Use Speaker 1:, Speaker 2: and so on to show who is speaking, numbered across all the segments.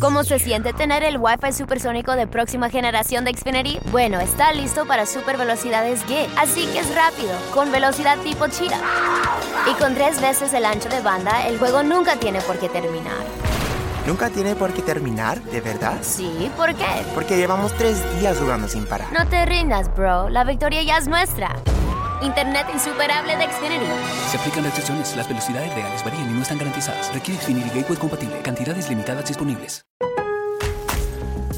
Speaker 1: ¿Cómo se siente tener el Wi-Fi supersónico de próxima generación de Xfinity? Bueno, está listo para supervelocidades G, así que es rápido, con velocidad tipo Chira. Y con tres veces el ancho de banda, el juego nunca tiene por qué terminar.
Speaker 2: Nunca tiene por qué terminar, ¿de verdad?
Speaker 1: Sí, ¿por qué?
Speaker 2: Porque llevamos tres días jugando sin parar.
Speaker 1: No te rindas, bro. La victoria ya es nuestra. Internet insuperable de Xfinity.
Speaker 3: Se aplican restricciones. Las velocidades reales varían y no están garantizadas. Requiere Xfinity Gateway compatible. Cantidades limitadas disponibles.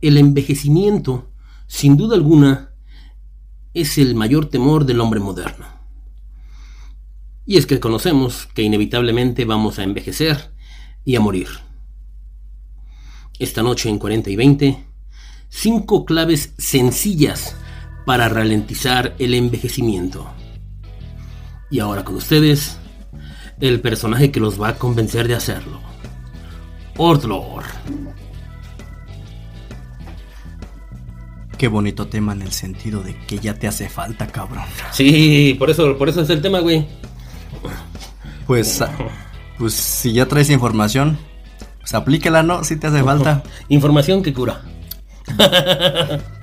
Speaker 4: El envejecimiento, sin duda alguna, es el mayor temor del hombre moderno. Y es que conocemos que inevitablemente vamos a envejecer y a morir. Esta noche en 40 y 20, cinco claves sencillas para ralentizar el envejecimiento. Y ahora con ustedes, el personaje que los va a convencer de hacerlo. Ordlor.
Speaker 5: Qué bonito tema en el sentido de que ya te hace falta, cabrón.
Speaker 4: Sí, por eso, por eso es el tema, güey.
Speaker 5: Pues, a- pues si ya traes información, pues aplícala, ¿no? Si te hace falta.
Speaker 4: Información que cura.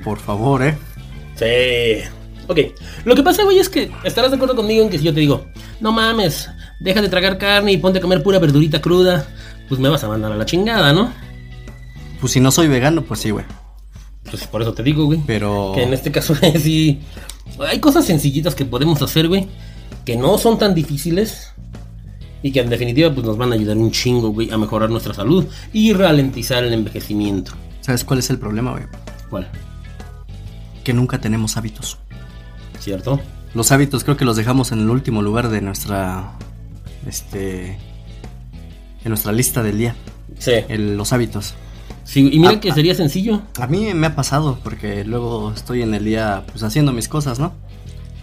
Speaker 5: Por favor, ¿eh?
Speaker 4: Sí. Ok, lo que pasa, güey, es que estarás de acuerdo conmigo en que si yo te digo, no mames, deja de tragar carne y ponte a comer pura verdurita cruda, pues me vas a mandar a la chingada, ¿no?
Speaker 5: Pues si no soy vegano, pues sí, güey.
Speaker 4: Pues por eso te digo, güey.
Speaker 5: Pero...
Speaker 4: Que en este caso, güey, sí. Hay cosas sencillitas que podemos hacer, güey, que no son tan difíciles y que en definitiva, pues nos van a ayudar un chingo, güey, a mejorar nuestra salud y ralentizar el envejecimiento.
Speaker 5: ¿Sabes cuál es el problema, güey?
Speaker 4: ¿Cuál?
Speaker 5: Que nunca tenemos hábitos.
Speaker 4: ¿Cierto?
Speaker 5: Los hábitos creo que los dejamos en el último lugar de nuestra... Este... En nuestra lista del día.
Speaker 4: Sí.
Speaker 5: El- los hábitos.
Speaker 4: sí y mira
Speaker 5: Ah,
Speaker 4: que sería sencillo.
Speaker 5: A mí me ha pasado porque luego estoy en el día pues haciendo mis cosas, ¿no?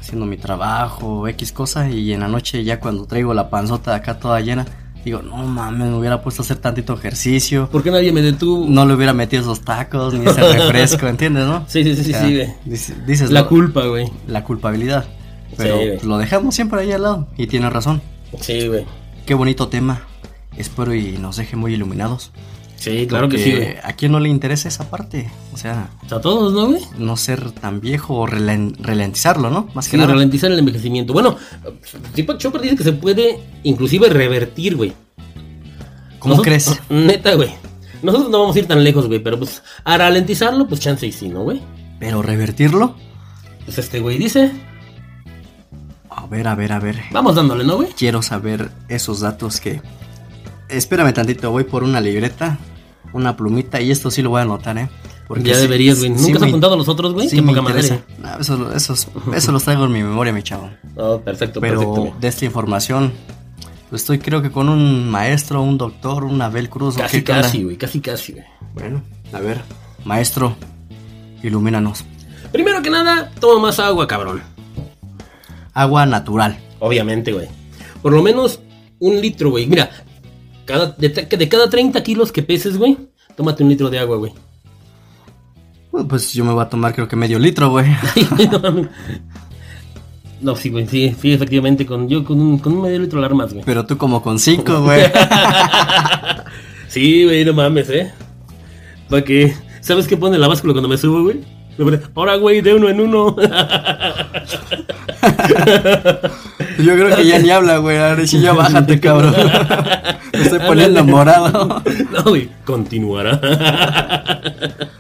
Speaker 5: Haciendo mi trabajo, X cosa y en la noche ya cuando traigo la panzota acá toda llena, digo, no mames, me hubiera puesto a hacer tantito ejercicio.
Speaker 4: ¿Por qué nadie me detuvo?
Speaker 5: No le hubiera metido esos tacos ni ese refresco, ¿entiendes, no?
Speaker 4: Sí, sí, sí, sí,
Speaker 5: O sea,
Speaker 4: sí, güey.
Speaker 5: dice- dices
Speaker 4: La
Speaker 5: ¿no?
Speaker 4: culpa, güey.
Speaker 5: la culpabilidad. Pero
Speaker 4: Sí, güey.
Speaker 5: lo dejamos siempre ahí al lado y tienes razón.
Speaker 4: Sí, güey.
Speaker 5: Qué bonito tema. Espero y nos deje muy iluminados.
Speaker 4: Sí, claro que
Speaker 5: Porque
Speaker 4: sí, güey.
Speaker 5: ¿A quién no le interesa esa parte? O sea,
Speaker 4: O sea, todos, ¿no, güey?
Speaker 5: no ser tan viejo o relen- ralentizarlo, ¿no? Más que
Speaker 4: Sí,
Speaker 5: nada.
Speaker 4: ralentizar el envejecimiento. Bueno, tipo Chopper dice que se puede inclusive revertir, güey.
Speaker 5: ¿Cómo
Speaker 4: Nosot-
Speaker 5: crees?
Speaker 4: Neta, güey. Nosotros no vamos a ir tan lejos, güey, pero pues a ralentizarlo, pues chance y sí, ¿no, güey?
Speaker 5: Pero revertirlo.
Speaker 4: Pues este güey dice,
Speaker 5: A ver, a ver, a ver.
Speaker 4: vamos dándole, ¿no, güey?
Speaker 5: Quiero saber esos datos que. Espérame tantito, voy por una libreta, una plumita y esto sí lo voy a anotar, ¿eh?
Speaker 4: ya
Speaker 5: sí-
Speaker 4: deberías, güey.
Speaker 5: sí
Speaker 4: ¿Nunca has
Speaker 5: me-
Speaker 4: apuntado a los otros, güey?
Speaker 5: sí
Speaker 4: Qué
Speaker 5: me
Speaker 4: poca madre.
Speaker 5: interesa. No, eso, lo- eso, es- eso los traigo en mi memoria, mi chavo.
Speaker 4: Oh, perfecto, perfecto,
Speaker 5: Pero
Speaker 4: güey.
Speaker 5: de esta información, pues estoy creo que con un maestro, un doctor, un Abel Cruz. ¿o
Speaker 4: Casi,
Speaker 5: qué onda?
Speaker 4: casi, güey, casi, casi, güey.
Speaker 5: Bueno, a ver, maestro, ilumínanos.
Speaker 4: Primero que nada, toma más agua, cabrón.
Speaker 5: Agua natural.
Speaker 4: Obviamente, güey. Por lo menos un litro, güey. Mira, cada, de, de cada 30 kilos que peses, güey, tómate un litro de agua, güey.
Speaker 5: Bueno, pues yo me voy a tomar creo que medio litro, güey.
Speaker 4: No, mami. no, sí, güey, sí, sí, efectivamente, con, yo con un, con un medio litro de alarmas, güey.
Speaker 5: Pero tú como con cinco, güey.
Speaker 4: Sí, güey, no mames, ¿eh? ¿Para qué? ¿Sabes qué pone la báscula cuando me subo, güey? Me pone, Ahora, güey, de uno en uno.
Speaker 5: Yo creo que ya ni habla, güey. Ahora sí, ya bájate, cabrón. Me estoy poniendo morado.
Speaker 4: no, güey, continuará.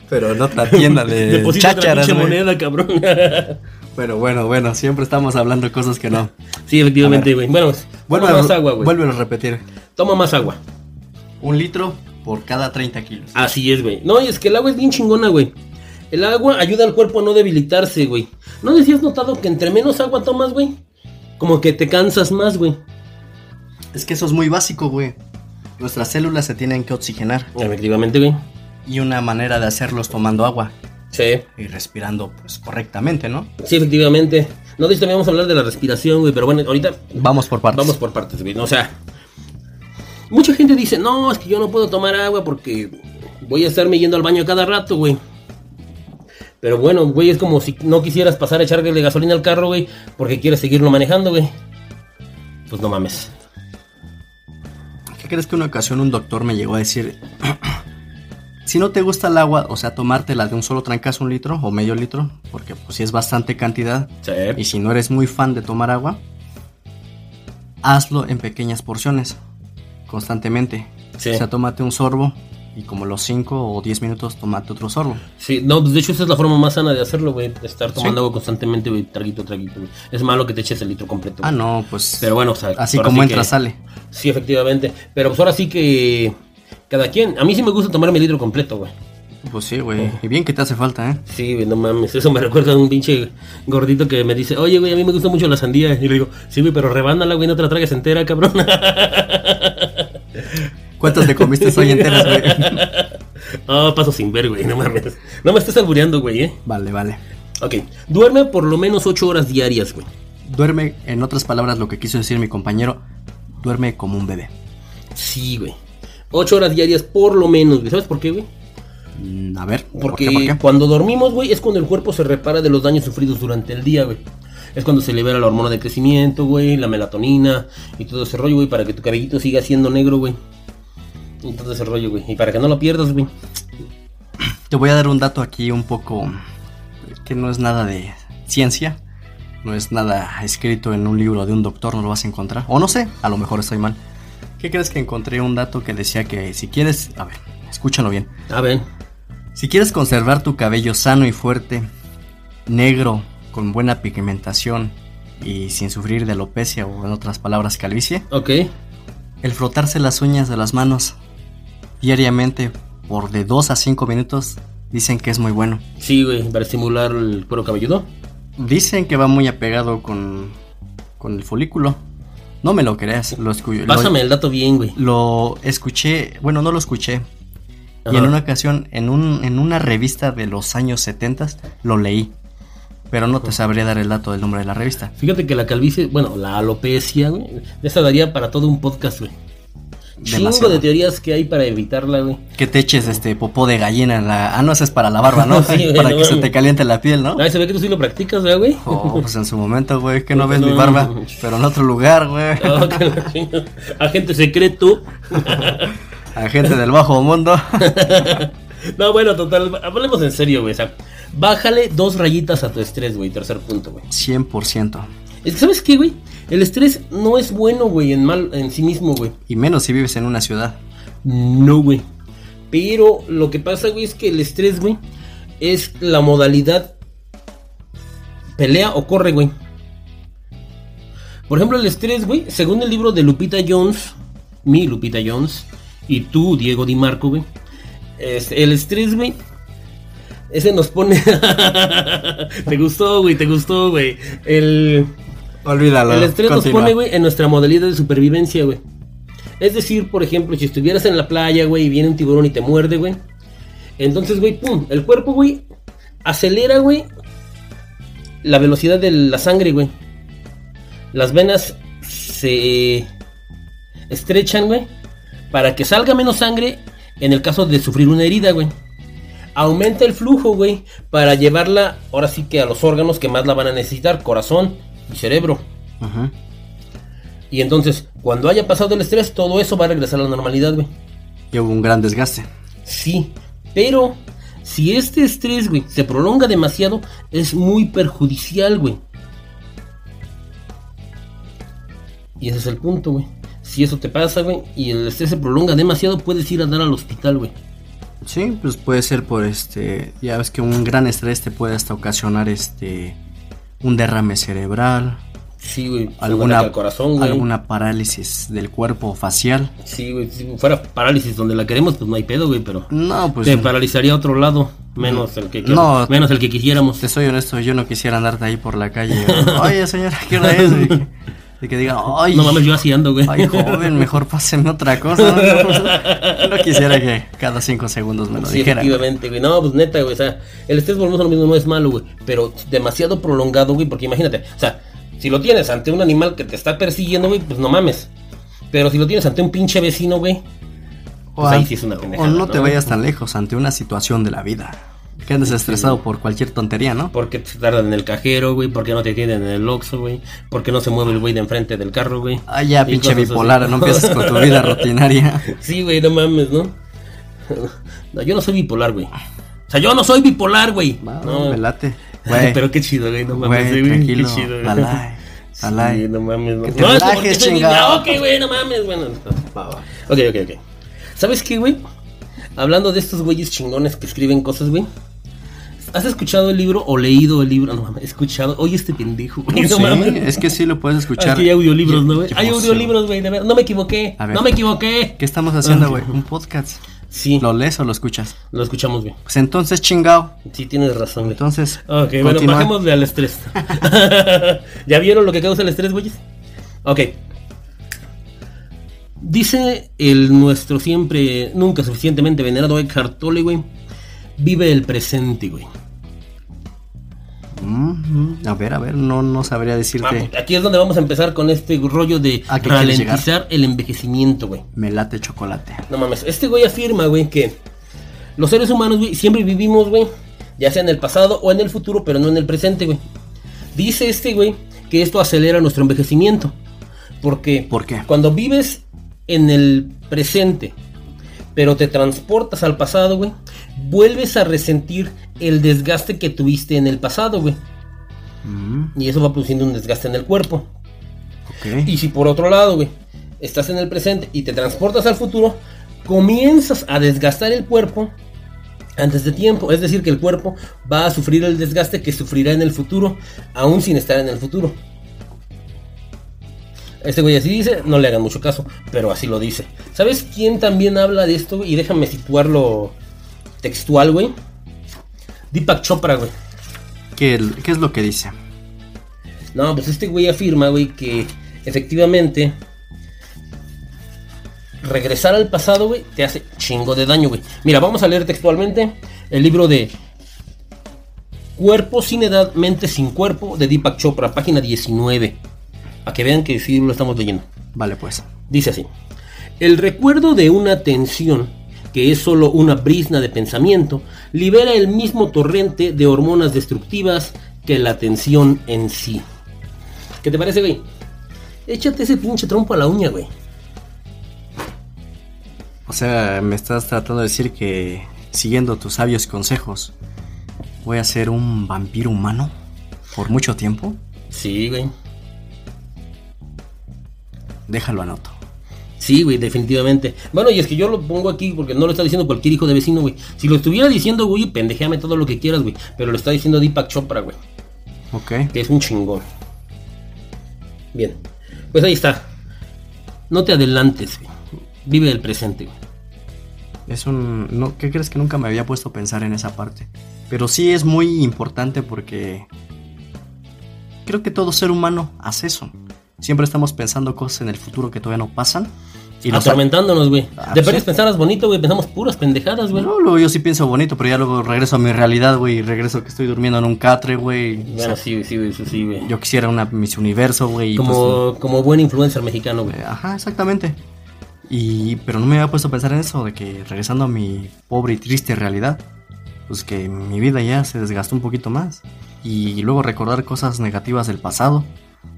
Speaker 5: Pero en otra tienda de
Speaker 4: Deposita otra
Speaker 5: chácharas,
Speaker 4: pinche
Speaker 5: güey.
Speaker 4: moneda, cabrón.
Speaker 5: Pero bueno, bueno, siempre estamos hablando cosas que no.
Speaker 4: sí, efectivamente, güey. Bueno,
Speaker 5: Vuelve
Speaker 4: toma
Speaker 5: a,
Speaker 4: más agua, güey.
Speaker 5: vuélvelo a repetir.
Speaker 4: Toma más agua.
Speaker 5: Un litro por cada 30 kilos.
Speaker 4: Así es, güey. No, y es que el agua es bien chingona, güey. El agua ayuda al cuerpo a no debilitarse, güey. ¿No decías has notado que entre menos agua tomas, güey? Como que te cansas más, güey.
Speaker 5: Es que eso es muy básico, güey. Nuestras células se tienen que oxigenar.
Speaker 4: Efectivamente, güey.
Speaker 5: Y una manera de hacerlo es tomando agua
Speaker 4: Sí.
Speaker 5: y respirando pues correctamente, ¿no?
Speaker 4: Sí, efectivamente. No, de hecho, también vamos a hablar de la respiración, güey. Pero bueno, ahorita
Speaker 5: Vamos por partes.
Speaker 4: Vamos por partes, güey. O sea, mucha gente dice, no, es que yo no puedo tomar agua porque voy a estarme yendo al baño cada rato, güey. Pero bueno, güey, es como si no quisieras pasar a echarle gasolina al carro, güey, porque quieres seguirlo manejando, güey. Pues no mames.
Speaker 5: ¿Qué crees que una ocasión un doctor me llegó a decir? si no te gusta el agua, o sea, tomártela de un solo trancazo, un litro o medio litro, porque pues sí es bastante cantidad, y
Speaker 4: Sí.
Speaker 5: si no eres muy fan de tomar agua, hazlo en pequeñas porciones, constantemente.
Speaker 4: Sí.
Speaker 5: O sea, tómate un sorbo y como los 5 o 10 minutos tomate otro sorbo.
Speaker 4: Sí, no, pues, de hecho esa es la forma más sana de hacerlo, güey. Estar tomando
Speaker 5: Sí.
Speaker 4: agua constantemente, güey, traguito, traguito, güey. Es malo que te eches el litro completo.
Speaker 5: Ah,
Speaker 4: güey.
Speaker 5: no, pues
Speaker 4: Pero bueno, o sea,
Speaker 5: así
Speaker 4: ahora
Speaker 5: como
Speaker 4: sí
Speaker 5: entra,
Speaker 4: que-
Speaker 5: sale.
Speaker 4: Sí, efectivamente. Pero pues ahora sí que cada quien. A mí sí me gusta tomarme el litro completo, güey.
Speaker 5: Pues sí, güey.
Speaker 4: Oh.
Speaker 5: Y bien que te hace falta, ¿eh?
Speaker 4: Sí, güey, no mames. Eso me recuerda a un pinche gordito que me dice, oye, güey, a mí me gusta mucho la sandía. Y le digo, sí, güey, pero rebándala, güey, no te la tragues entera, cabrón.
Speaker 5: ¿Cuántas te comiste hoy enteras, güey?
Speaker 4: Ah, paso sin ver, güey, no mames. No me estés albureando, güey, eh.
Speaker 5: Vale, vale.
Speaker 4: Ok, duerme por lo menos 8 horas diarias, güey.
Speaker 5: Duerme, en otras palabras, lo que quiso decir mi compañero, duerme como un bebé.
Speaker 4: Sí, güey. 8 horas diarias por lo menos, güey. ¿Sabes por qué, güey?
Speaker 5: Mm, a ver, ¿por
Speaker 4: Porque
Speaker 5: qué? ¿Por qué?
Speaker 4: cuando dormimos, güey, es cuando el cuerpo se repara de los daños sufridos durante el día, güey. Es cuando se libera la hormona de crecimiento, güey, la melatonina y todo ese rollo, güey, para que tu cabellito siga siendo negro, güey. Y todo ese rollo, güey. Y para que no lo pierdas, güey.
Speaker 5: Te voy a dar un dato aquí un poco eh, que no es nada de ciencia, no es nada escrito en un libro de un doctor, no lo vas a encontrar. O no sé, a lo mejor estoy mal. ¿Qué crees que encontré un dato que decía que si quieres, a ver, escúchalo bien.
Speaker 4: A ver.
Speaker 5: Si quieres conservar tu cabello sano y fuerte, negro, con buena pigmentación y sin sufrir de alopecia o en otras palabras calvicie,
Speaker 4: Ok.
Speaker 5: El frotarse las uñas de las manos diariamente por de 2 a 5 minutos dicen que es muy bueno.
Speaker 4: Sí, güey, para estimular el cuero cabelludo.
Speaker 5: Dicen que va muy apegado con, con el folículo. No me lo creas, lo, escu- lo-
Speaker 4: Pásame el dato bien, güey.
Speaker 5: lo escuché, bueno, no lo escuché. Y
Speaker 4: Ajá.
Speaker 5: en una ocasión, en, un, en una revista de los años 70 lo leí. Pero no te sabría dar el dato del nombre de la revista.
Speaker 4: Fíjate que la calvicie, bueno, la alopecia, güey, de esa daría para todo un podcast, güey. Chingo
Speaker 5: Demasiado.
Speaker 4: de teorías que hay para evitarla, güey.
Speaker 5: Que te eches este popó de gallina en la... Ah, no, ese es para la barba, ¿no?
Speaker 4: Sí, güey,
Speaker 5: para
Speaker 4: no
Speaker 5: que se
Speaker 4: mames.
Speaker 5: te caliente la piel, ¿no?
Speaker 4: Ahí se ve que tú sí lo practicas, ¿verdad, güey.
Speaker 5: Oh, pues en su momento, güey, que no ves
Speaker 4: No.
Speaker 5: mi barba, pero en otro lugar, güey.
Speaker 4: Ah, que la chingada. Agente secreto.
Speaker 5: A gente del bajo mundo.
Speaker 4: No, bueno, total, hablemos en serio, güey. O sea, bájale dos rayitas a tu estrés, güey. Tercer punto, güey.
Speaker 5: 100%.
Speaker 4: Es que, ¿sabes qué, güey? El estrés no es bueno, güey, en, mal, en sí mismo, güey.
Speaker 5: Y menos si vives en una ciudad.
Speaker 4: No, güey. Pero lo que pasa, güey, es que el estrés, güey, es la modalidad pelea o corre, güey. Por ejemplo, el estrés, güey, según el libro de Lupita Jones, mi Lupita Jones, y tú, Diego Di Marco, güey, es- el estrés, güey, ese nos pone... te gustó, güey, te gustó, güey. El...
Speaker 5: Olvídalo.
Speaker 4: El estrés nos
Speaker 5: continúa.
Speaker 4: pone, güey, en nuestra modalidad de supervivencia, güey. Es decir, por ejemplo, si estuvieras en la playa, güey, y viene un tiburón y te muerde, güey. Entonces, güey, pum, el cuerpo, güey, acelera, güey, la velocidad de la sangre, güey. Las venas se estrechan, güey, para que salga menos sangre en el caso de sufrir una herida, güey. Aumenta el flujo, güey, para llevarla ahora sí que a los órganos que más la van a necesitar, corazón y cerebro.
Speaker 5: Ujú.
Speaker 4: Y entonces, cuando haya pasado el estrés, todo eso va a regresar a la normalidad, güey.
Speaker 5: Y hubo un gran desgaste.
Speaker 4: Sí, pero si este estrés, güey, se prolonga demasiado, es muy perjudicial, güey. Y ese es el punto, güey. Si eso te pasa, güey, y el estrés se prolonga demasiado, puedes ir a dar al hospital, güey.
Speaker 5: Sí, pues puede ser por este. Ya ves que un gran estrés te puede hasta ocasionar este. Un derrame cerebral.
Speaker 4: Sí, güey.
Speaker 5: Alguna,
Speaker 4: Al corazón, güey.
Speaker 5: alguna parálisis del cuerpo facial.
Speaker 4: Sí, güey. Si fuera parálisis donde la queremos, pues no hay pedo, güey, pero.
Speaker 5: No, pues
Speaker 4: te paralizaría a otro lado. Menos el que quiera-
Speaker 5: No.
Speaker 4: menos el que quisiéramos.
Speaker 5: te soy honesto, yo no quisiera andarte ahí por la calle. Oye, señora, ¿qué hora es? Y que, y que diga, ay,
Speaker 4: No mames, yo así ando, güey.
Speaker 5: ay, joven, mejor pásenme otra cosa. ¿no? No quisiera que cada cinco segundos me lo
Speaker 4: Sí,
Speaker 5: dijera.
Speaker 4: efectivamente, güey. No, pues neta, güey. O sea, el estrés volvemos a lo mismo, no es malo, güey. Pero demasiado prolongado, güey. Porque imagínate, o sea, si lo tienes ante un animal que te está persiguiendo, güey, pues no mames. Pero si lo tienes ante un pinche vecino, güey.
Speaker 5: O,
Speaker 4: Pues ahí
Speaker 5: an-
Speaker 4: sí es una
Speaker 5: o
Speaker 4: pendejada,
Speaker 5: no te
Speaker 4: ¿no?
Speaker 5: vayas tan lejos ante una situación de la vida. Que andes estresado por cualquier tontería, ¿no?
Speaker 4: Porque te tardan en el cajero, güey. Porque no te tienen en el Oxxo, güey. Porque no se mueve el güey de enfrente del carro, güey.
Speaker 5: Ah, ya,
Speaker 4: Y
Speaker 5: pinche
Speaker 4: cosas así.
Speaker 5: bipolar, no empieces con tu vida rutinaria.
Speaker 4: Sí, güey, no mames, ¿no? No, yo no soy bipolar, güey. O sea, yo no soy bipolar, güey.
Speaker 5: Va,
Speaker 4: no,
Speaker 5: me late. Güey,
Speaker 4: Pero qué chido, güey, no mames,
Speaker 5: güey,
Speaker 4: güey,
Speaker 5: tranquilo.
Speaker 4: qué chido, güey.
Speaker 5: Palay, palay.
Speaker 4: Sí, no mames, no.
Speaker 5: Que te
Speaker 4: No, es
Speaker 5: relajes,
Speaker 4: porque soy-
Speaker 5: chingado.
Speaker 4: Ah, ok, güey, no mames, bueno. no. Ok, ok, ok. ¿Sabes qué, güey? Hablando de estos güeyes chingones que escriben cosas, güey. ¿Has escuchado el libro o leído el libro? No mames, he escuchado. Oye, este pendejo, güey. No
Speaker 5: Sí,
Speaker 4: mames.
Speaker 5: es que sí lo puedes escuchar.
Speaker 4: Aquí hay audiolibros, ¿no, güey?
Speaker 5: Qué
Speaker 4: Hay
Speaker 5: emoción.
Speaker 4: audiolibros, güey, de verdad. No me equivoqué.
Speaker 5: A ver.
Speaker 4: No me equivoqué. Ah,
Speaker 5: ¿Qué estamos haciendo, güey? Un podcast.
Speaker 4: Sí,
Speaker 5: ¿Lo lees o lo escuchas?
Speaker 4: lo escuchamos bien.
Speaker 5: Pues entonces, chingao.
Speaker 4: Sí, tienes razón, güey.
Speaker 5: Entonces,
Speaker 4: Ok, bueno,
Speaker 5: continúa.
Speaker 4: bajémosle al estrés. ¿Ya vieron lo que causa el estrés, güeyes? Ok. Dice el nuestro siempre, nunca suficientemente venerado Eckhart Tolle, güey. Vive el presente, güey.
Speaker 5: Mm, mm, a ver, a ver, no, no sabría
Speaker 4: Vamos,
Speaker 5: decirte.
Speaker 4: Aquí es donde vamos a empezar con este rollo de
Speaker 5: ¿A qué quieres
Speaker 4: ralentizar el envejecimiento, güey.
Speaker 5: Me late chocolate.
Speaker 4: No mames, este güey afirma, güey, que los seres humanos, güey, siempre vivimos, güey, ya sea en el pasado o en el futuro, pero no en el presente, güey. Dice este güey que esto acelera nuestro envejecimiento. Porque
Speaker 5: ¿Por qué?
Speaker 4: cuando vives en el presente, pero te transportas al pasado, güey, vuelves a resentir el desgaste que tuviste en el pasado, güey.
Speaker 5: Mm,
Speaker 4: Y eso va produciendo un desgaste en el cuerpo.
Speaker 5: ok.
Speaker 4: Y si por otro lado, güey, estás en el presente y te transportas al futuro, comienzas a desgastar el cuerpo antes de tiempo. Es decir, que el cuerpo va a sufrir el desgaste que sufrirá en el futuro, aún sin estar en el futuro. Este güey así dice, no le hagan mucho caso, pero así lo dice. ¿Sabes quién también habla de esto? güey? Y déjame situarlo textual, güey. Deepak Chopra, güey.
Speaker 5: ¿Qué, ¿Qué es lo que dice?
Speaker 4: No, pues este güey afirma, güey, que efectivamente regresar al pasado, güey, te hace chingo de daño, güey. Mira, vamos a leer textualmente el libro de Cuerpo sin edad, mente sin cuerpo de Deepak Chopra, página 19. A que vean que sí lo estamos leyendo.
Speaker 5: Vale, pues.
Speaker 4: Dice así. El recuerdo de una tensión, que es solo una brisna de pensamiento, libera el mismo torrente de hormonas destructivas que la tensión en sí. ¿Qué te parece, güey? Échate ese pinche trompo a la uña, güey.
Speaker 5: O sea, me estás tratando de decir que, siguiendo tus sabios consejos, voy a ser un vampiro humano por mucho tiempo.
Speaker 4: Sí, güey.
Speaker 5: Déjalo anoto.
Speaker 4: Sí, güey, definitivamente. Bueno, y es que yo lo pongo aquí porque no lo está diciendo cualquier hijo de vecino, güey. Si lo estuviera diciendo, güey, pendejéame todo lo que quieras, güey. Pero lo está diciendo Deepak Chopra, güey.
Speaker 5: Ok.
Speaker 4: que es un chingón. Bien, pues ahí está. No te adelantes, güey. vive el presente. güey.
Speaker 5: Es un... No, ¿Qué crees que nunca me había puesto a pensar en esa parte? Pero sí es muy importante porque... Creo que todo ser humano hace eso. Siempre estamos pensando cosas en el futuro que todavía no pasan. Y nos-
Speaker 4: Atormentándonos, güey.
Speaker 5: Ah,
Speaker 4: de
Speaker 5: sí.
Speaker 4: perdes pensabas bonito, güey. Pensamos puras pendejadas, güey.
Speaker 5: No, luego yo sí pienso bonito, pero ya luego regreso a mi realidad, güey. y Regreso que estoy durmiendo en un catre, güey. O sea,
Speaker 4: Bueno, sí, güey, sí, güey, sí, sí, güey.
Speaker 5: Yo quisiera una Miss Universo, güey. y
Speaker 4: Como, como buen influencer mexicano, güey.
Speaker 5: pues, eh, ajá, exactamente. Y, pero no me había puesto a pensar en eso, de que regresando a mi pobre y triste realidad, pues que mi vida ya se desgastó un poquito más. Y luego recordar cosas negativas del pasado,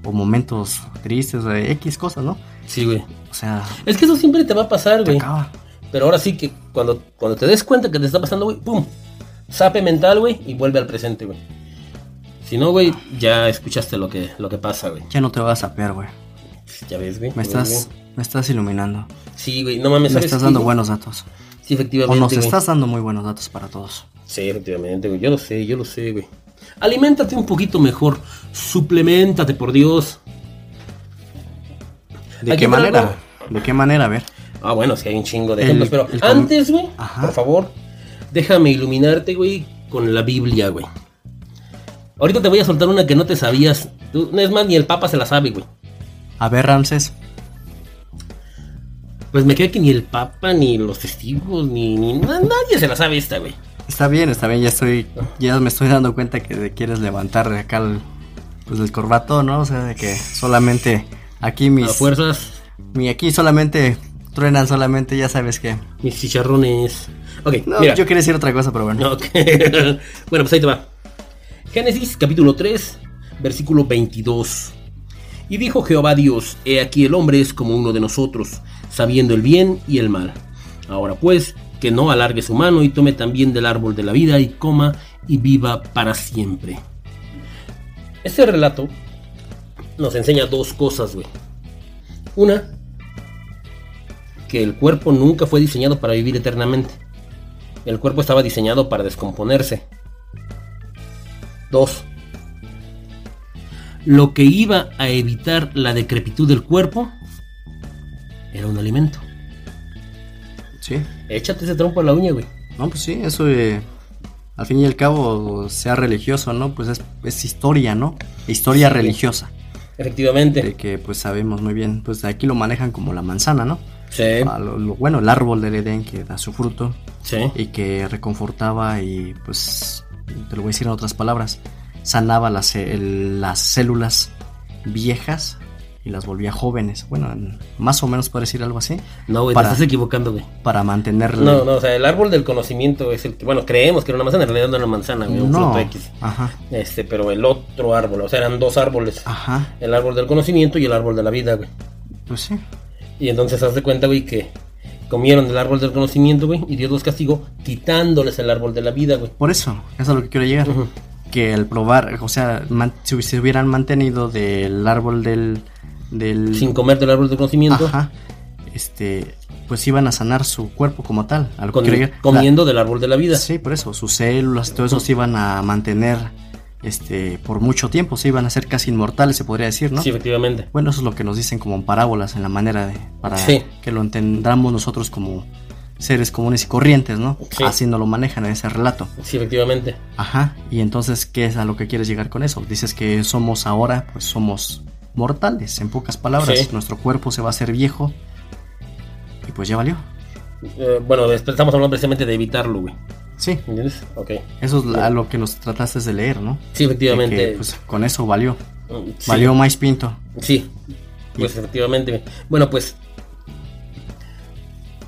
Speaker 5: o momentos tristes, de X cosas, ¿no?
Speaker 4: Sí, güey.
Speaker 5: O sea,
Speaker 4: Es que eso siempre te va a pasar,
Speaker 5: te
Speaker 4: güey.
Speaker 5: acaba.
Speaker 4: Pero ahora sí que cuando, cuando te des cuenta que te está pasando, güey, pum. Sape mental, güey, y vuelve al presente, güey. Si no, güey, ya escuchaste lo que, lo que pasa, güey.
Speaker 5: Ya no te vas a peor, güey.
Speaker 4: Ya ves, güey.
Speaker 5: Me
Speaker 4: ya ves,
Speaker 5: estás,
Speaker 4: güey.
Speaker 5: me estás iluminando.
Speaker 4: Sí, güey, no mames.
Speaker 5: Me
Speaker 4: ¿sabes
Speaker 5: estás
Speaker 4: qué,
Speaker 5: dando
Speaker 4: güey?
Speaker 5: buenos datos.
Speaker 4: Sí,
Speaker 5: O
Speaker 4: efectivamente.
Speaker 5: nos
Speaker 4: güey.
Speaker 5: estás dando muy buenos datos para todos.
Speaker 4: Sí, efectivamente, güey. Yo lo sé, yo lo sé, güey. Aliméntate un poquito mejor. Suplementate, por Dios.
Speaker 5: ¿De
Speaker 4: Aquí
Speaker 5: qué
Speaker 4: por algo-
Speaker 5: manera? ¿De qué manera? A ver.
Speaker 4: Ah, bueno, sí hay un chingo de
Speaker 5: El-
Speaker 4: ejemplos, pero
Speaker 5: el com-
Speaker 4: antes, güey,
Speaker 5: Ajá.
Speaker 4: por favor, déjame iluminarte, güey, con la Biblia, güey. Ahorita te voy a soltar una que no te sabías. Tú, no es más, ni el Papa se la sabe, güey.
Speaker 5: A ver, Ramses.
Speaker 4: Pues me queda que ni el Papa, ni los testigos, ni, ni na- nadie se la sabe esta, güey.
Speaker 5: Está bien, está bien, ya estoy, ya me estoy dando cuenta que te quieres levantar de acá el, pues el corbato, ¿no? O sea, de que solamente aquí
Speaker 4: A
Speaker 5: mis,
Speaker 4: fuerzas,
Speaker 5: mi aquí solamente truenan solamente, ya sabes que.
Speaker 4: mis chicharrones. Ok,
Speaker 5: No,
Speaker 4: mira.
Speaker 5: yo quería decir otra cosa, pero bueno.
Speaker 4: Ok. bueno, pues ahí te va. Génesis capítulo 3, versículo 22. Y dijo Jehová Dios, he aquí el hombre es como uno de nosotros, sabiendo el bien y el mal. Ahora pues, que no alargue su mano y tome también del árbol de la vida y coma y viva para siempre. Este relato nos enseña dos cosas, güey. Una, que el cuerpo nunca fue diseñado para vivir eternamente. El cuerpo estaba diseñado para descomponerse. 2. Lo que iba a evitar la decrepitud del cuerpo era un alimento.
Speaker 5: Sí.
Speaker 4: Échate ese trompo a la uña, güey.
Speaker 5: No, pues sí, eso eh, al fin y al cabo, sea religioso, ¿no? Pues es, es historia, ¿no? Historia religiosa. De
Speaker 4: Efectivamente.
Speaker 5: que pues sabemos muy bien, pues aquí lo manejan como la manzana, ¿no?
Speaker 4: Sí.
Speaker 5: A lo- lo- bueno, el árbol del Edén que da su fruto,
Speaker 4: Sí.
Speaker 5: y que reconfortaba y pues te lo voy a decir en otras palabras sanaba las, ce- el- las células viejas y las volvía jóvenes bueno en- más o menos puede decir algo así
Speaker 4: No, güey,
Speaker 5: para,
Speaker 4: te estás equivocando, güey.
Speaker 5: para mantenerle
Speaker 4: No, no, o sea, el árbol del conocimiento es el que, bueno, creemos que era una manzana, en realidad no era una manzana, güey, un
Speaker 5: No,
Speaker 4: fruto X.
Speaker 5: ajá
Speaker 4: Este, pero el otro árbol, o sea, eran dos árboles.
Speaker 5: Ah. ajá
Speaker 4: El árbol del conocimiento y el árbol de la vida, güey.
Speaker 5: pues sí
Speaker 4: Y entonces haz de cuenta, güey, que comieron del árbol del conocimiento, güey, y Dios los castigó quitándoles el árbol de la vida, güey.
Speaker 5: por eso eso es a lo que quiero llegar
Speaker 4: Ujú.
Speaker 5: que al probar o sea man- si se hubieran mantenido del árbol del del
Speaker 4: Sin comer del árbol del conocimiento,
Speaker 5: ajá este pues iban a sanar su cuerpo como tal a lo que
Speaker 4: con-
Speaker 5: quiero llegar. La-
Speaker 4: comiendo del árbol de la vida.
Speaker 5: Sí, por eso, sus células, todo eso se iban a mantener este, por mucho tiempo, se iban a ser casi inmortales, se podría decir, ¿no?
Speaker 4: Sí, efectivamente.
Speaker 5: Bueno, eso es lo que nos dicen como en parábolas, en la manera de, para
Speaker 4: Sí.
Speaker 5: que lo entendamos nosotros como seres comunes y corrientes, ¿no?
Speaker 4: Sí.
Speaker 5: Así nos lo manejan en ese relato.
Speaker 4: Sí, efectivamente.
Speaker 5: Ajá, y entonces, ¿qué es a lo que quieres llegar con eso? Dices que somos ahora, pues somos mortales, en pocas palabras,
Speaker 4: Sí.
Speaker 5: nuestro cuerpo se va a hacer viejo y pues ya valió.
Speaker 4: Eh, bueno, después estamos hablando precisamente de evitarlo, güey.
Speaker 5: Sí,
Speaker 4: ¿Entiendes? Ok.
Speaker 5: eso es la- a lo que nos trataste de leer, ¿no?
Speaker 4: Sí,
Speaker 5: de que,
Speaker 4: efectivamente.
Speaker 5: pues, con eso valió.
Speaker 4: Mm, sí,
Speaker 5: Valió más pinto.
Speaker 4: Sí, pues efectivamente. güey. Bueno, pues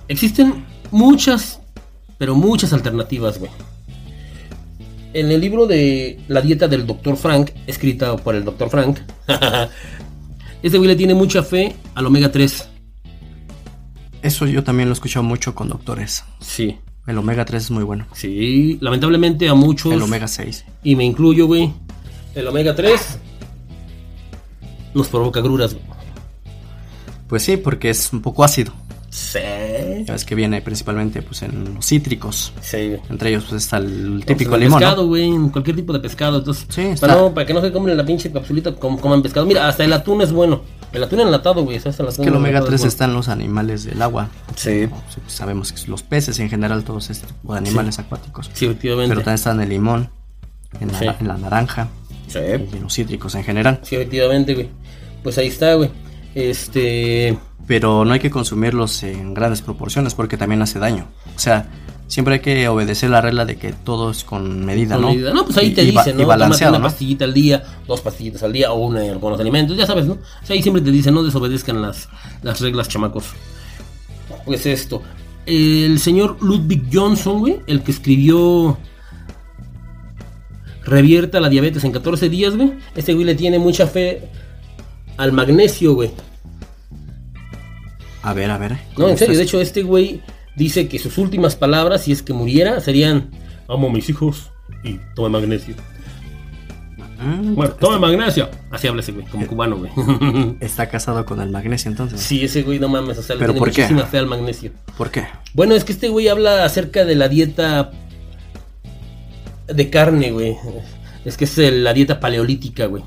Speaker 4: existen muchas, pero muchas alternativas, güey. En el libro de La dieta del Dr. Frank, escrita por el Dr. Frank, este güey le tiene mucha fe al omega 3.
Speaker 5: Eso yo también lo he escuchado mucho con doctores.
Speaker 4: Sí,
Speaker 5: El omega 3 es muy bueno.
Speaker 4: sí. Lamentablemente a muchos...
Speaker 5: El omega 6.
Speaker 4: Y me incluyo, güey. El omega 3 nos provoca gruras, güey.
Speaker 5: Pues sí, porque es un poco ácido.
Speaker 4: Sí.
Speaker 5: Ya ves que viene principalmente pues, en los cítricos.
Speaker 4: Sí, güey.
Speaker 5: Entre ellos pues, está el
Speaker 4: Típico
Speaker 5: típico limón. ¿no?
Speaker 4: pescado, güey, en cualquier tipo de pescado. Entonces,
Speaker 5: Sí, está.
Speaker 4: para, no- para que no se comen la pinche capsulita, com- coman pescado. Mira, hasta el atún es bueno. El atún enlatado, güey. ¿sabes? El
Speaker 5: Es
Speaker 4: atún
Speaker 5: que el omega
Speaker 4: enlatado es
Speaker 5: 3 está en los animales del agua.
Speaker 4: bueno.
Speaker 5: Sí, pues, sabemos que los peces y en general todos este tipo de animales acuáticos.
Speaker 4: Sí, sí, efectivamente.
Speaker 5: Pero también está en el limón, en la,
Speaker 4: Sí.
Speaker 5: en la naranja
Speaker 4: sí.
Speaker 5: y en los cítricos en general.
Speaker 4: sí, efectivamente, güey. Pues ahí está, güey. Este.
Speaker 5: pero no hay que consumirlos en grandes proporciones porque también hace daño. O sea, siempre hay que obedecer la regla de que todo es con medida,
Speaker 4: con
Speaker 5: ¿no?
Speaker 4: medida. No, pues ahí
Speaker 5: Y-
Speaker 4: te
Speaker 5: y ba-
Speaker 4: dicen,
Speaker 5: Y
Speaker 4: ¿no? Tómate
Speaker 5: balanceado,
Speaker 4: una
Speaker 5: ¿no?
Speaker 4: pastillita al día, dos pastillitas al día o una en algunos alimentos, ya sabes, ¿no? O sea, ahí siempre te dicen, no desobedezcan las, las reglas, chamacos. Pues esto. El señor Ludwig Johnson, güey, el que escribió Revierta la diabetes en 14 días, güey. Este güey le tiene mucha fe al magnesio, güey.
Speaker 5: A ver, a ver.
Speaker 4: No, en serio,
Speaker 5: Entonces,
Speaker 4: de hecho este güey dice que sus últimas palabras, si es que muriera, serían, amo a mis hijos y tome magnesio.
Speaker 5: mm,
Speaker 4: Bueno, tome magnesio. Así habla ese güey, como cubano, güey.
Speaker 5: Está casado con el magnesio, entonces.
Speaker 4: sí, ese güey no mames, o sea, le
Speaker 5: ¿Pero
Speaker 4: tiene
Speaker 5: por qué?
Speaker 4: muchísima fe al magnesio.
Speaker 5: ¿Por qué?
Speaker 4: Bueno, es que este güey habla acerca de la dieta de carne, güey. Es que es eh, la dieta paleolítica, güey.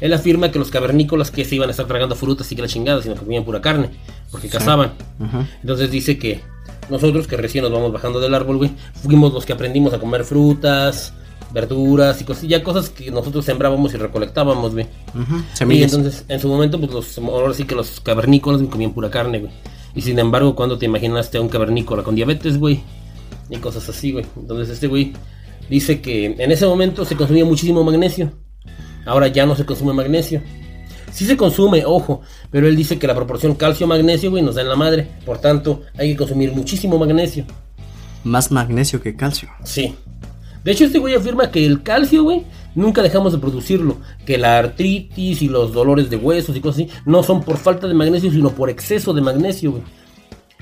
Speaker 4: Él afirma que los cavernícolas que se iban a estar tragando frutas y que la chingada, sino que comían pura carne, porque cazaban.
Speaker 5: Ujú.
Speaker 4: Entonces dice que nosotros que recién nos vamos bajando del árbol, güey, fuimos los que aprendimos a comer frutas, verduras y cosas, ya cosas que nosotros sembrábamos y recolectábamos, güey.
Speaker 5: Ujú.
Speaker 4: Y
Speaker 5: Semillas.
Speaker 4: entonces, en su momento, pues los, ahora sí que los cavernícolas güey, comían pura carne, güey. Y sin embargo, cuando te imaginaste a un cavernícola con diabetes, güey? Y cosas así, güey. Entonces, este güey dice que en ese momento se consumía muchísimo magnesio. Ahora ya no se consume magnesio. Sí se consume, ojo, pero él dice que la proporción calcio-magnesio, güey, nos da en la madre. Por tanto, hay que consumir muchísimo magnesio.
Speaker 5: Más magnesio que calcio.
Speaker 4: Sí. De hecho, este güey afirma que el calcio, güey, nunca dejamos de producirlo. Que la artritis y los dolores de huesos y cosas así no son por falta de magnesio, sino por exceso de magnesio, güey.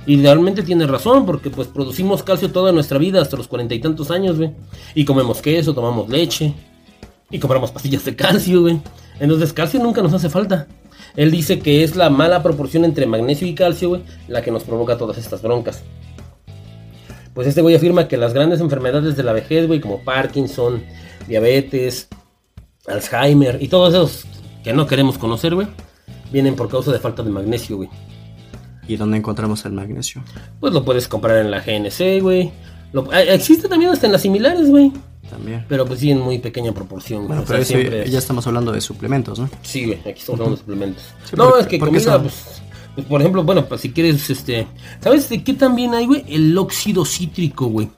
Speaker 4: Y realmente tiene razón, porque pues producimos calcio toda nuestra vida, hasta los cuarenta y tantos años, güey. Y comemos queso, tomamos leche. Y compramos pastillas de calcio, güey. Entonces, calcio nunca nos hace falta. Él dice que es la mala proporción entre magnesio y calcio, güey, la que nos provoca todas estas broncas. Pues este güey afirma que las grandes enfermedades de la vejez, güey, como Parkinson, diabetes, Alzheimer y todos esos que no queremos conocer, güey, vienen por causa de falta de magnesio, güey.
Speaker 5: ¿Y dónde encontramos el magnesio?
Speaker 4: Pues lo puedes comprar en la GNC, güey. Lo- ah, existe también hasta en las similares, güey.
Speaker 5: También.
Speaker 4: Pero pues sí en muy pequeña proporción.
Speaker 5: Bueno,
Speaker 4: o sea,
Speaker 5: pero eso
Speaker 4: siempre
Speaker 5: ya,
Speaker 4: es-
Speaker 5: ya estamos hablando de suplementos, ¿no?
Speaker 4: Sí, güey, aquí estamos hablando de suplementos.
Speaker 5: Sí,
Speaker 4: no,
Speaker 5: porque-
Speaker 4: es que
Speaker 5: porque
Speaker 4: comida,
Speaker 5: son-
Speaker 4: pues, pues, por ejemplo, bueno, pues si quieres, este... ¿Sabes de qué también hay, güey? El óxido cítrico, güey.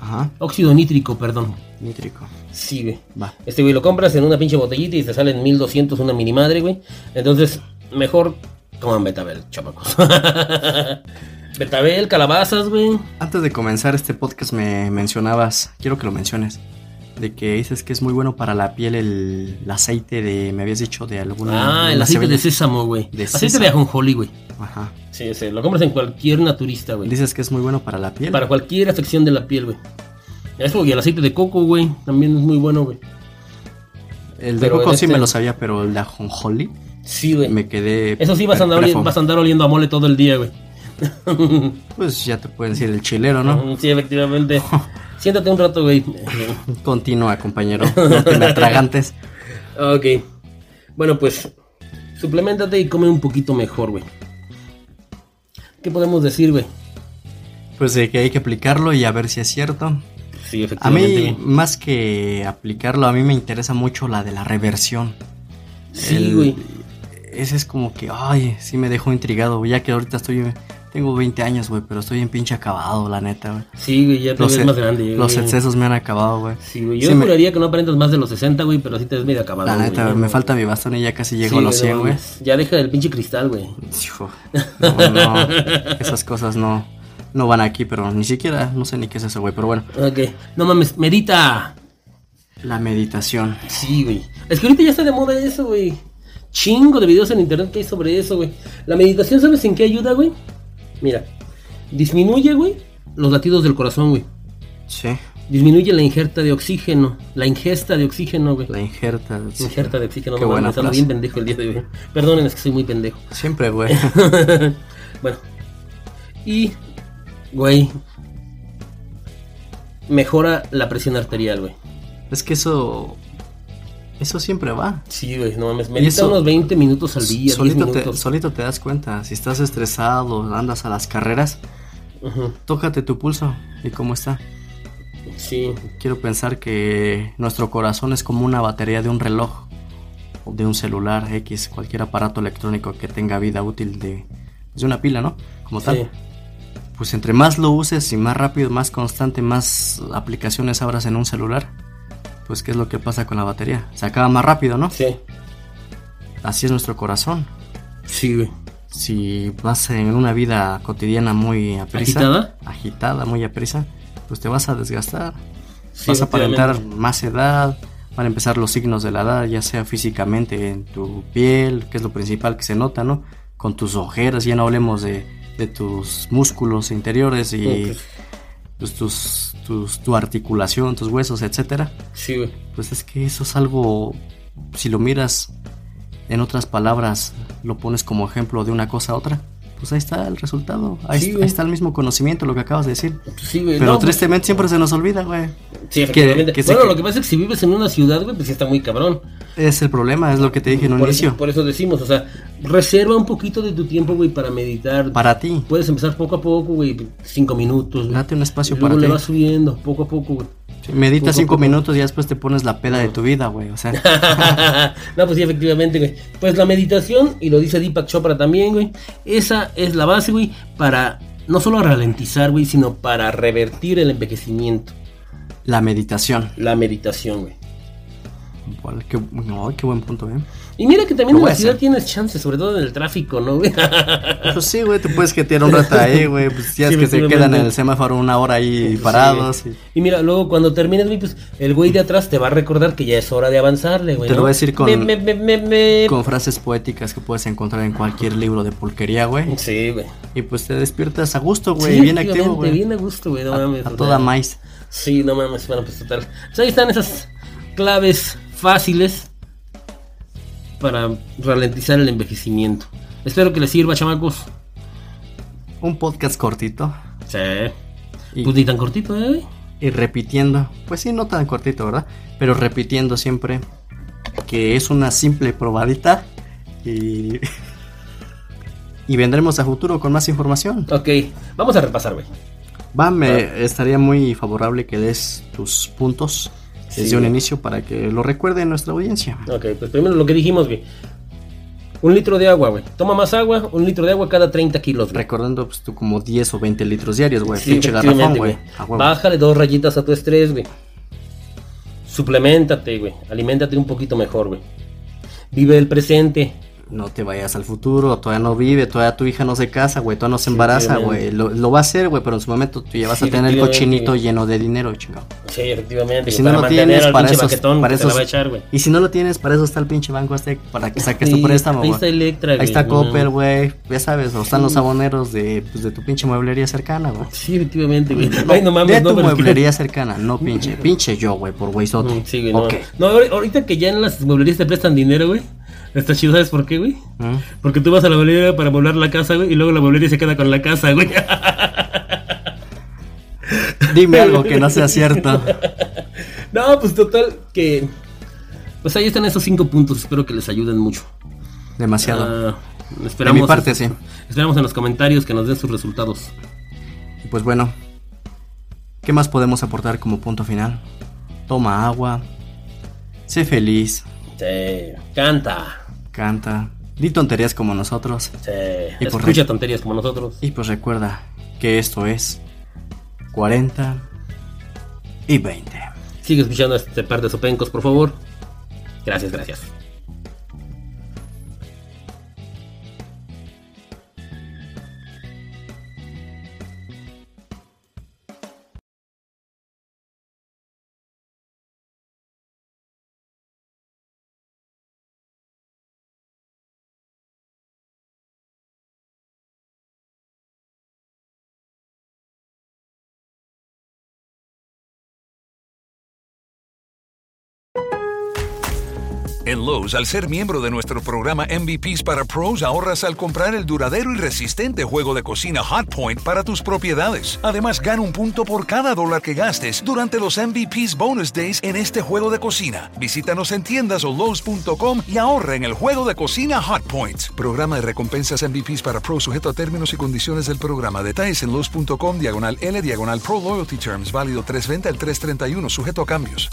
Speaker 5: Ajá.
Speaker 4: Óxido nítrico, perdón.
Speaker 5: Nítrico.
Speaker 4: Sí, güey.
Speaker 5: Va.
Speaker 4: Este güey lo compras en una pinche botellita y te salen 1200 una mini madre, güey. Entonces, mejor coman betabel, chamacos. betabel, calabazas, güey.
Speaker 5: Antes de comenzar este podcast me mencionabas, quiero que lo menciones, de que dices que es muy bueno para la piel el, el aceite de, me habías dicho, de alguna...
Speaker 4: Ah,
Speaker 5: de
Speaker 4: el
Speaker 5: una
Speaker 4: aceite
Speaker 5: cebada.
Speaker 4: de sésamo, güey.
Speaker 5: De
Speaker 4: Aceite
Speaker 5: sésamo.
Speaker 4: de ajonjolí, güey.
Speaker 5: Ajá.
Speaker 4: Sí, sí, lo compras en cualquier naturista, güey.
Speaker 5: Dices que es muy bueno para la piel.
Speaker 4: Para cualquier afección de la piel, güey. Eso, y el aceite de coco, güey. También es muy bueno, güey.
Speaker 5: el de
Speaker 4: pero
Speaker 5: coco
Speaker 4: en
Speaker 5: sí
Speaker 4: este-
Speaker 5: me lo sabía, pero el de ajonjolí
Speaker 4: Sí, güey.
Speaker 5: me quedé...
Speaker 4: Eso sí, vas a, andar oli-
Speaker 5: perplejo.
Speaker 4: vas a andar oliendo a mole todo el día, güey.
Speaker 5: Pues ya te pueden decir el chilero, ¿no?
Speaker 4: Sí, efectivamente. Siéntate un rato, güey.
Speaker 5: Continúa, compañero. No te me atragantes.
Speaker 4: Ok. Bueno, pues suplementate y come un poquito mejor, güey. ¿Qué podemos decir, güey?
Speaker 5: Pues de que hay que aplicarlo y a ver si es cierto.
Speaker 4: Sí,
Speaker 5: A
Speaker 4: efectivamente.
Speaker 5: mí,
Speaker 4: güey.
Speaker 5: más que aplicarlo, a mí me interesa mucho la de la reversión.
Speaker 4: Sí,
Speaker 5: El-
Speaker 4: güey.
Speaker 5: Ese es como que, ay, sí me dejó intrigado, güey, ya que ahorita estoy, tengo 20 años, güey, pero estoy en pinche acabado, la neta, güey.
Speaker 4: Sí, güey, ya te ves
Speaker 5: e-
Speaker 4: más grande.
Speaker 5: los
Speaker 4: güey.
Speaker 5: excesos me han acabado, güey.
Speaker 4: Sí, güey. Yo
Speaker 5: Sí me-
Speaker 4: juraría que no aparentas más de los 60, güey, pero sí te ves medio acabado.
Speaker 5: La
Speaker 4: güey.
Speaker 5: neta, güey, me falta mi bastón y ya casi llego
Speaker 4: Sí,
Speaker 5: a los
Speaker 4: no
Speaker 5: 100, güey.
Speaker 4: mames. Ya deja el pinche cristal, güey.
Speaker 5: Hijo, no, no, esas cosas no, no van aquí, pero ni siquiera, no sé ni qué es eso, güey, pero bueno.
Speaker 4: Ok. No mames, medita.
Speaker 5: La meditación.
Speaker 4: Sí, güey. Es que ahorita ya está de moda eso, güey. Chingo de videos en internet que hay sobre eso, güey. La meditación, ¿sabes en qué ayuda, güey? Mira, disminuye, güey, los latidos del corazón, güey.
Speaker 5: Sí,
Speaker 4: Disminuye la ingesta de oxígeno. La ingesta de oxígeno, güey.
Speaker 5: la injerta. sí.
Speaker 4: Ingesta de oxígeno,
Speaker 5: Qué
Speaker 4: no
Speaker 5: buena
Speaker 4: mames, ando
Speaker 5: frase.
Speaker 4: bien pendejo el día de hoy. Perdonen, es que soy muy pendejo.
Speaker 5: Siempre, güey.
Speaker 4: bueno. Y, güey. Mejora la presión arterial, güey.
Speaker 5: Es que eso. Eso siempre va.
Speaker 4: Sí, güey, no mames. Medita
Speaker 5: eso-
Speaker 4: unos 20 minutos al día, 10
Speaker 5: Solito te,
Speaker 4: minutos.
Speaker 5: solito te das cuenta. Si estás estresado, andas a las carreras,
Speaker 4: Ujú,
Speaker 5: tócate tu pulso y cómo está.
Speaker 4: Sí,
Speaker 5: Quiero pensar que nuestro corazón es como una batería de un reloj o de un celular X, cualquier aparato electrónico que tenga vida útil de, de una pila, ¿no? Como tal.
Speaker 4: sí.
Speaker 5: Pues entre más lo uses y más rápido, más constante, más aplicaciones abras en un celular, pues ¿qué es lo que pasa con la batería? Se acaba más rápido, ¿no?
Speaker 4: Sí,
Speaker 5: Así es nuestro corazón.
Speaker 4: sí, güey.
Speaker 5: si vas en una vida cotidiana muy aprisa,
Speaker 4: ¿Agitada?
Speaker 5: agitada, muy aprisa, pues te vas a desgastar,
Speaker 4: Sí,
Speaker 5: vas a aparentar
Speaker 4: efectivamente.
Speaker 5: más edad, van a empezar los signos de la edad, ya sea físicamente en tu piel, que es lo principal que se nota, ¿no? Con tus ojeras, ya no hablemos de, de tus músculos interiores y
Speaker 4: Ok.
Speaker 5: pues, tus, tus- tu articulación, tus huesos, etcétera.
Speaker 4: Sí, güey.
Speaker 5: Pues es que eso es algo, si lo miras en otras palabras, lo pones como ejemplo de una cosa a otra, pues ahí está el resultado. Ahí,
Speaker 4: Sí,
Speaker 5: est-
Speaker 4: güey.
Speaker 5: ahí está el mismo conocimiento, lo que acabas de decir.
Speaker 4: Sí, güey,
Speaker 5: Pero
Speaker 4: no, pues-
Speaker 5: tristemente siempre se nos olvida, güey.
Speaker 4: Sí,
Speaker 5: que-
Speaker 4: efectivamente.
Speaker 5: que se
Speaker 4: bueno,
Speaker 5: que-
Speaker 4: lo que pasa es que si vives en una ciudad, güey, pues sí está muy cabrón.
Speaker 5: Es el problema, es lo que te dije en un
Speaker 4: Por
Speaker 5: inicio.
Speaker 4: eso, por eso decimos, o sea, reserva un poquito de tu tiempo, güey, para meditar.
Speaker 5: Para ti.
Speaker 4: Puedes empezar poco a poco, güey, cinco minutos. güey.
Speaker 5: Date un espacio
Speaker 4: Y luego
Speaker 5: para
Speaker 4: le
Speaker 5: ti.
Speaker 4: vas subiendo, poco a poco, güey.
Speaker 5: Sí, Medita
Speaker 4: Poco a
Speaker 5: cinco
Speaker 4: poco.
Speaker 5: minutos y después te pones la peda de tu vida, güey. O sea,
Speaker 4: no, pues sí, efectivamente, güey. Pues la meditación, y lo dice Deepak Chopra también, güey, esa es la base, güey, para no solo ralentizar, güey, sino para revertir el envejecimiento.
Speaker 5: la meditación.
Speaker 4: La meditación, güey.
Speaker 5: Igual, Qué, no, qué buen punto, eh.
Speaker 4: Y mira que también
Speaker 5: Lo
Speaker 4: en
Speaker 5: voy
Speaker 4: la
Speaker 5: a
Speaker 4: ciudad
Speaker 5: hacer.
Speaker 4: tienes chances, sobre todo en el tráfico, ¿no, güey?
Speaker 5: Pues sí, güey, te puedes quetear un rato ahí, güey. Pues ya
Speaker 4: Sí,
Speaker 5: es que se quedan en
Speaker 4: efectivamente.
Speaker 5: el semáforo una hora ahí
Speaker 4: Sí.
Speaker 5: parados. y
Speaker 4: Y mira, luego cuando termines, güey, pues el güey de atrás te va a recordar que ya es hora de avanzarle, güey.
Speaker 5: Te lo
Speaker 4: ¿no?
Speaker 5: voy a decir con-
Speaker 4: Me, me, me, me, me.
Speaker 5: Con frases poéticas que puedes encontrar en cualquier libro de porquería, güey.
Speaker 4: Sí, güey.
Speaker 5: Y pues te despiertas a gusto, güey.
Speaker 4: Sí,
Speaker 5: bien
Speaker 4: efectivamente,
Speaker 5: activo, güey.
Speaker 4: Bien a gusto, güey, no mames.
Speaker 5: A, a
Speaker 4: o
Speaker 5: toda
Speaker 4: sea,
Speaker 5: maíz.
Speaker 4: Sí, no mames, bueno, pues total. Pues ahí están esas claves fáciles para ralentizar el envejecimiento. Espero que les sirva, chamacos.
Speaker 5: Un podcast cortito.
Speaker 4: Sí.
Speaker 5: Y-
Speaker 4: Pues ni tan cortito, ¿eh? güey?
Speaker 5: Y repitiendo, pues sí, no tan cortito, ¿verdad? Pero repitiendo siempre que es una simple probadita y... y vendremos a futuro con más información.
Speaker 4: Ok, vamos a repasar, güey.
Speaker 5: Va,
Speaker 4: Ah.
Speaker 5: me estaría muy favorable que des tus puntos desde
Speaker 4: Sí.
Speaker 5: un inicio para que lo recuerde nuestra audiencia.
Speaker 4: Ok, pues primero lo que dijimos, güey. Un litro de agua, güey. Toma más agua, un litro de agua cada 30 kilos, güey.
Speaker 5: Recordando, pues tú como 10 o 20 litros diarios, güey.
Speaker 4: Sí,
Speaker 5: Pinche garrafón,
Speaker 4: efectivamente,
Speaker 5: güey.
Speaker 4: güey.
Speaker 5: A huevo.
Speaker 4: Bájale dos rayitas a tu estrés, güey. Suplementate, güey. Aliméntate un poquito mejor, güey. Vive el presente.
Speaker 5: No te vayas al futuro, todavía no vive, todavía tu hija no se casa, güey, todavía no se embaraza,
Speaker 4: obviamente.
Speaker 5: güey. Lo, lo va a hacer, güey, pero en su momento tú ya vas
Speaker 4: Sí,
Speaker 5: a tener el
Speaker 4: efectivamente,
Speaker 5: cochinito
Speaker 4: güey.
Speaker 5: lleno de dinero, chingado.
Speaker 4: Sí, efectivamente.
Speaker 5: Y
Speaker 4: güey,
Speaker 5: si no lo
Speaker 4: mantener
Speaker 5: tienes,
Speaker 4: al
Speaker 5: para
Speaker 4: pinche
Speaker 5: esos,
Speaker 4: baquetón
Speaker 5: para
Speaker 4: que te la
Speaker 5: esos-
Speaker 4: va a echar, güey.
Speaker 5: Y si no lo tienes, para eso está el pinche banco Aztec, para que saques tu
Speaker 4: Sí,
Speaker 5: préstamo,
Speaker 4: ahí
Speaker 5: güey.
Speaker 4: está Electra,
Speaker 5: Ahí
Speaker 4: güey,
Speaker 5: está
Speaker 4: no
Speaker 5: Coppel,
Speaker 4: mames.
Speaker 5: güey, ya sabes, o están los aboneros de, pues, de tu pinche mueblería cercana, güey.
Speaker 4: Sí, efectivamente, güey. Ay, no mames,
Speaker 5: de
Speaker 4: no,
Speaker 5: tu
Speaker 4: pero es que-
Speaker 5: mueblería cercana, no pinche, pinche yo, güey, por
Speaker 4: Mm,
Speaker 5: güeyzote.
Speaker 4: Sí, güey,
Speaker 5: Ok.
Speaker 4: no. No, ahor- ahorita que ya en las mueblerías te prestan dinero, güey. Está chido, ¿sabes por qué, güey?
Speaker 5: ¿Mm?
Speaker 4: Porque tú vas a la mueblería para mueblar la casa, güey, y luego la mueblería se queda con la casa, güey.
Speaker 5: Dime algo que no sea cierto.
Speaker 4: No, pues total, que. Pues ahí están esos cinco puntos, espero que les ayuden mucho.
Speaker 5: Demasiado.
Speaker 4: Ah, esperamos,
Speaker 5: De mi parte, sí.
Speaker 4: Esperamos en los comentarios que nos den sus resultados.
Speaker 5: Y Pues bueno, ¿qué más podemos aportar como punto final? Toma agua, sé feliz,
Speaker 4: Sí, canta.
Speaker 5: canta, di tonterías como nosotros.
Speaker 4: Sí,
Speaker 5: Y por
Speaker 4: escucha
Speaker 5: re-
Speaker 4: tonterías como nosotros.
Speaker 5: Y pues recuerda que esto es 40 y 20.
Speaker 4: Sigue escuchando este par de sopencos, por favor. Gracias, gracias.
Speaker 6: En Lowe's, al ser miembro de nuestro programa MVPs para Pros, ahorras al comprar el duradero y resistente juego de cocina Hot Point para tus propiedades. Además, gana un punto por cada dólar que gastes durante los MVPs Bonus Days en este juego de cocina. Visítanos en tiendas o Lowe's.com y ahorra en el juego de cocina Hot Point. Programa de recompensas MVPs para Pros sujeto a términos y condiciones del programa. Detalles en Lowe's.com, diagonal L, diagonal Pro Loyalty Terms, válido 320 al 331, sujeto a cambios.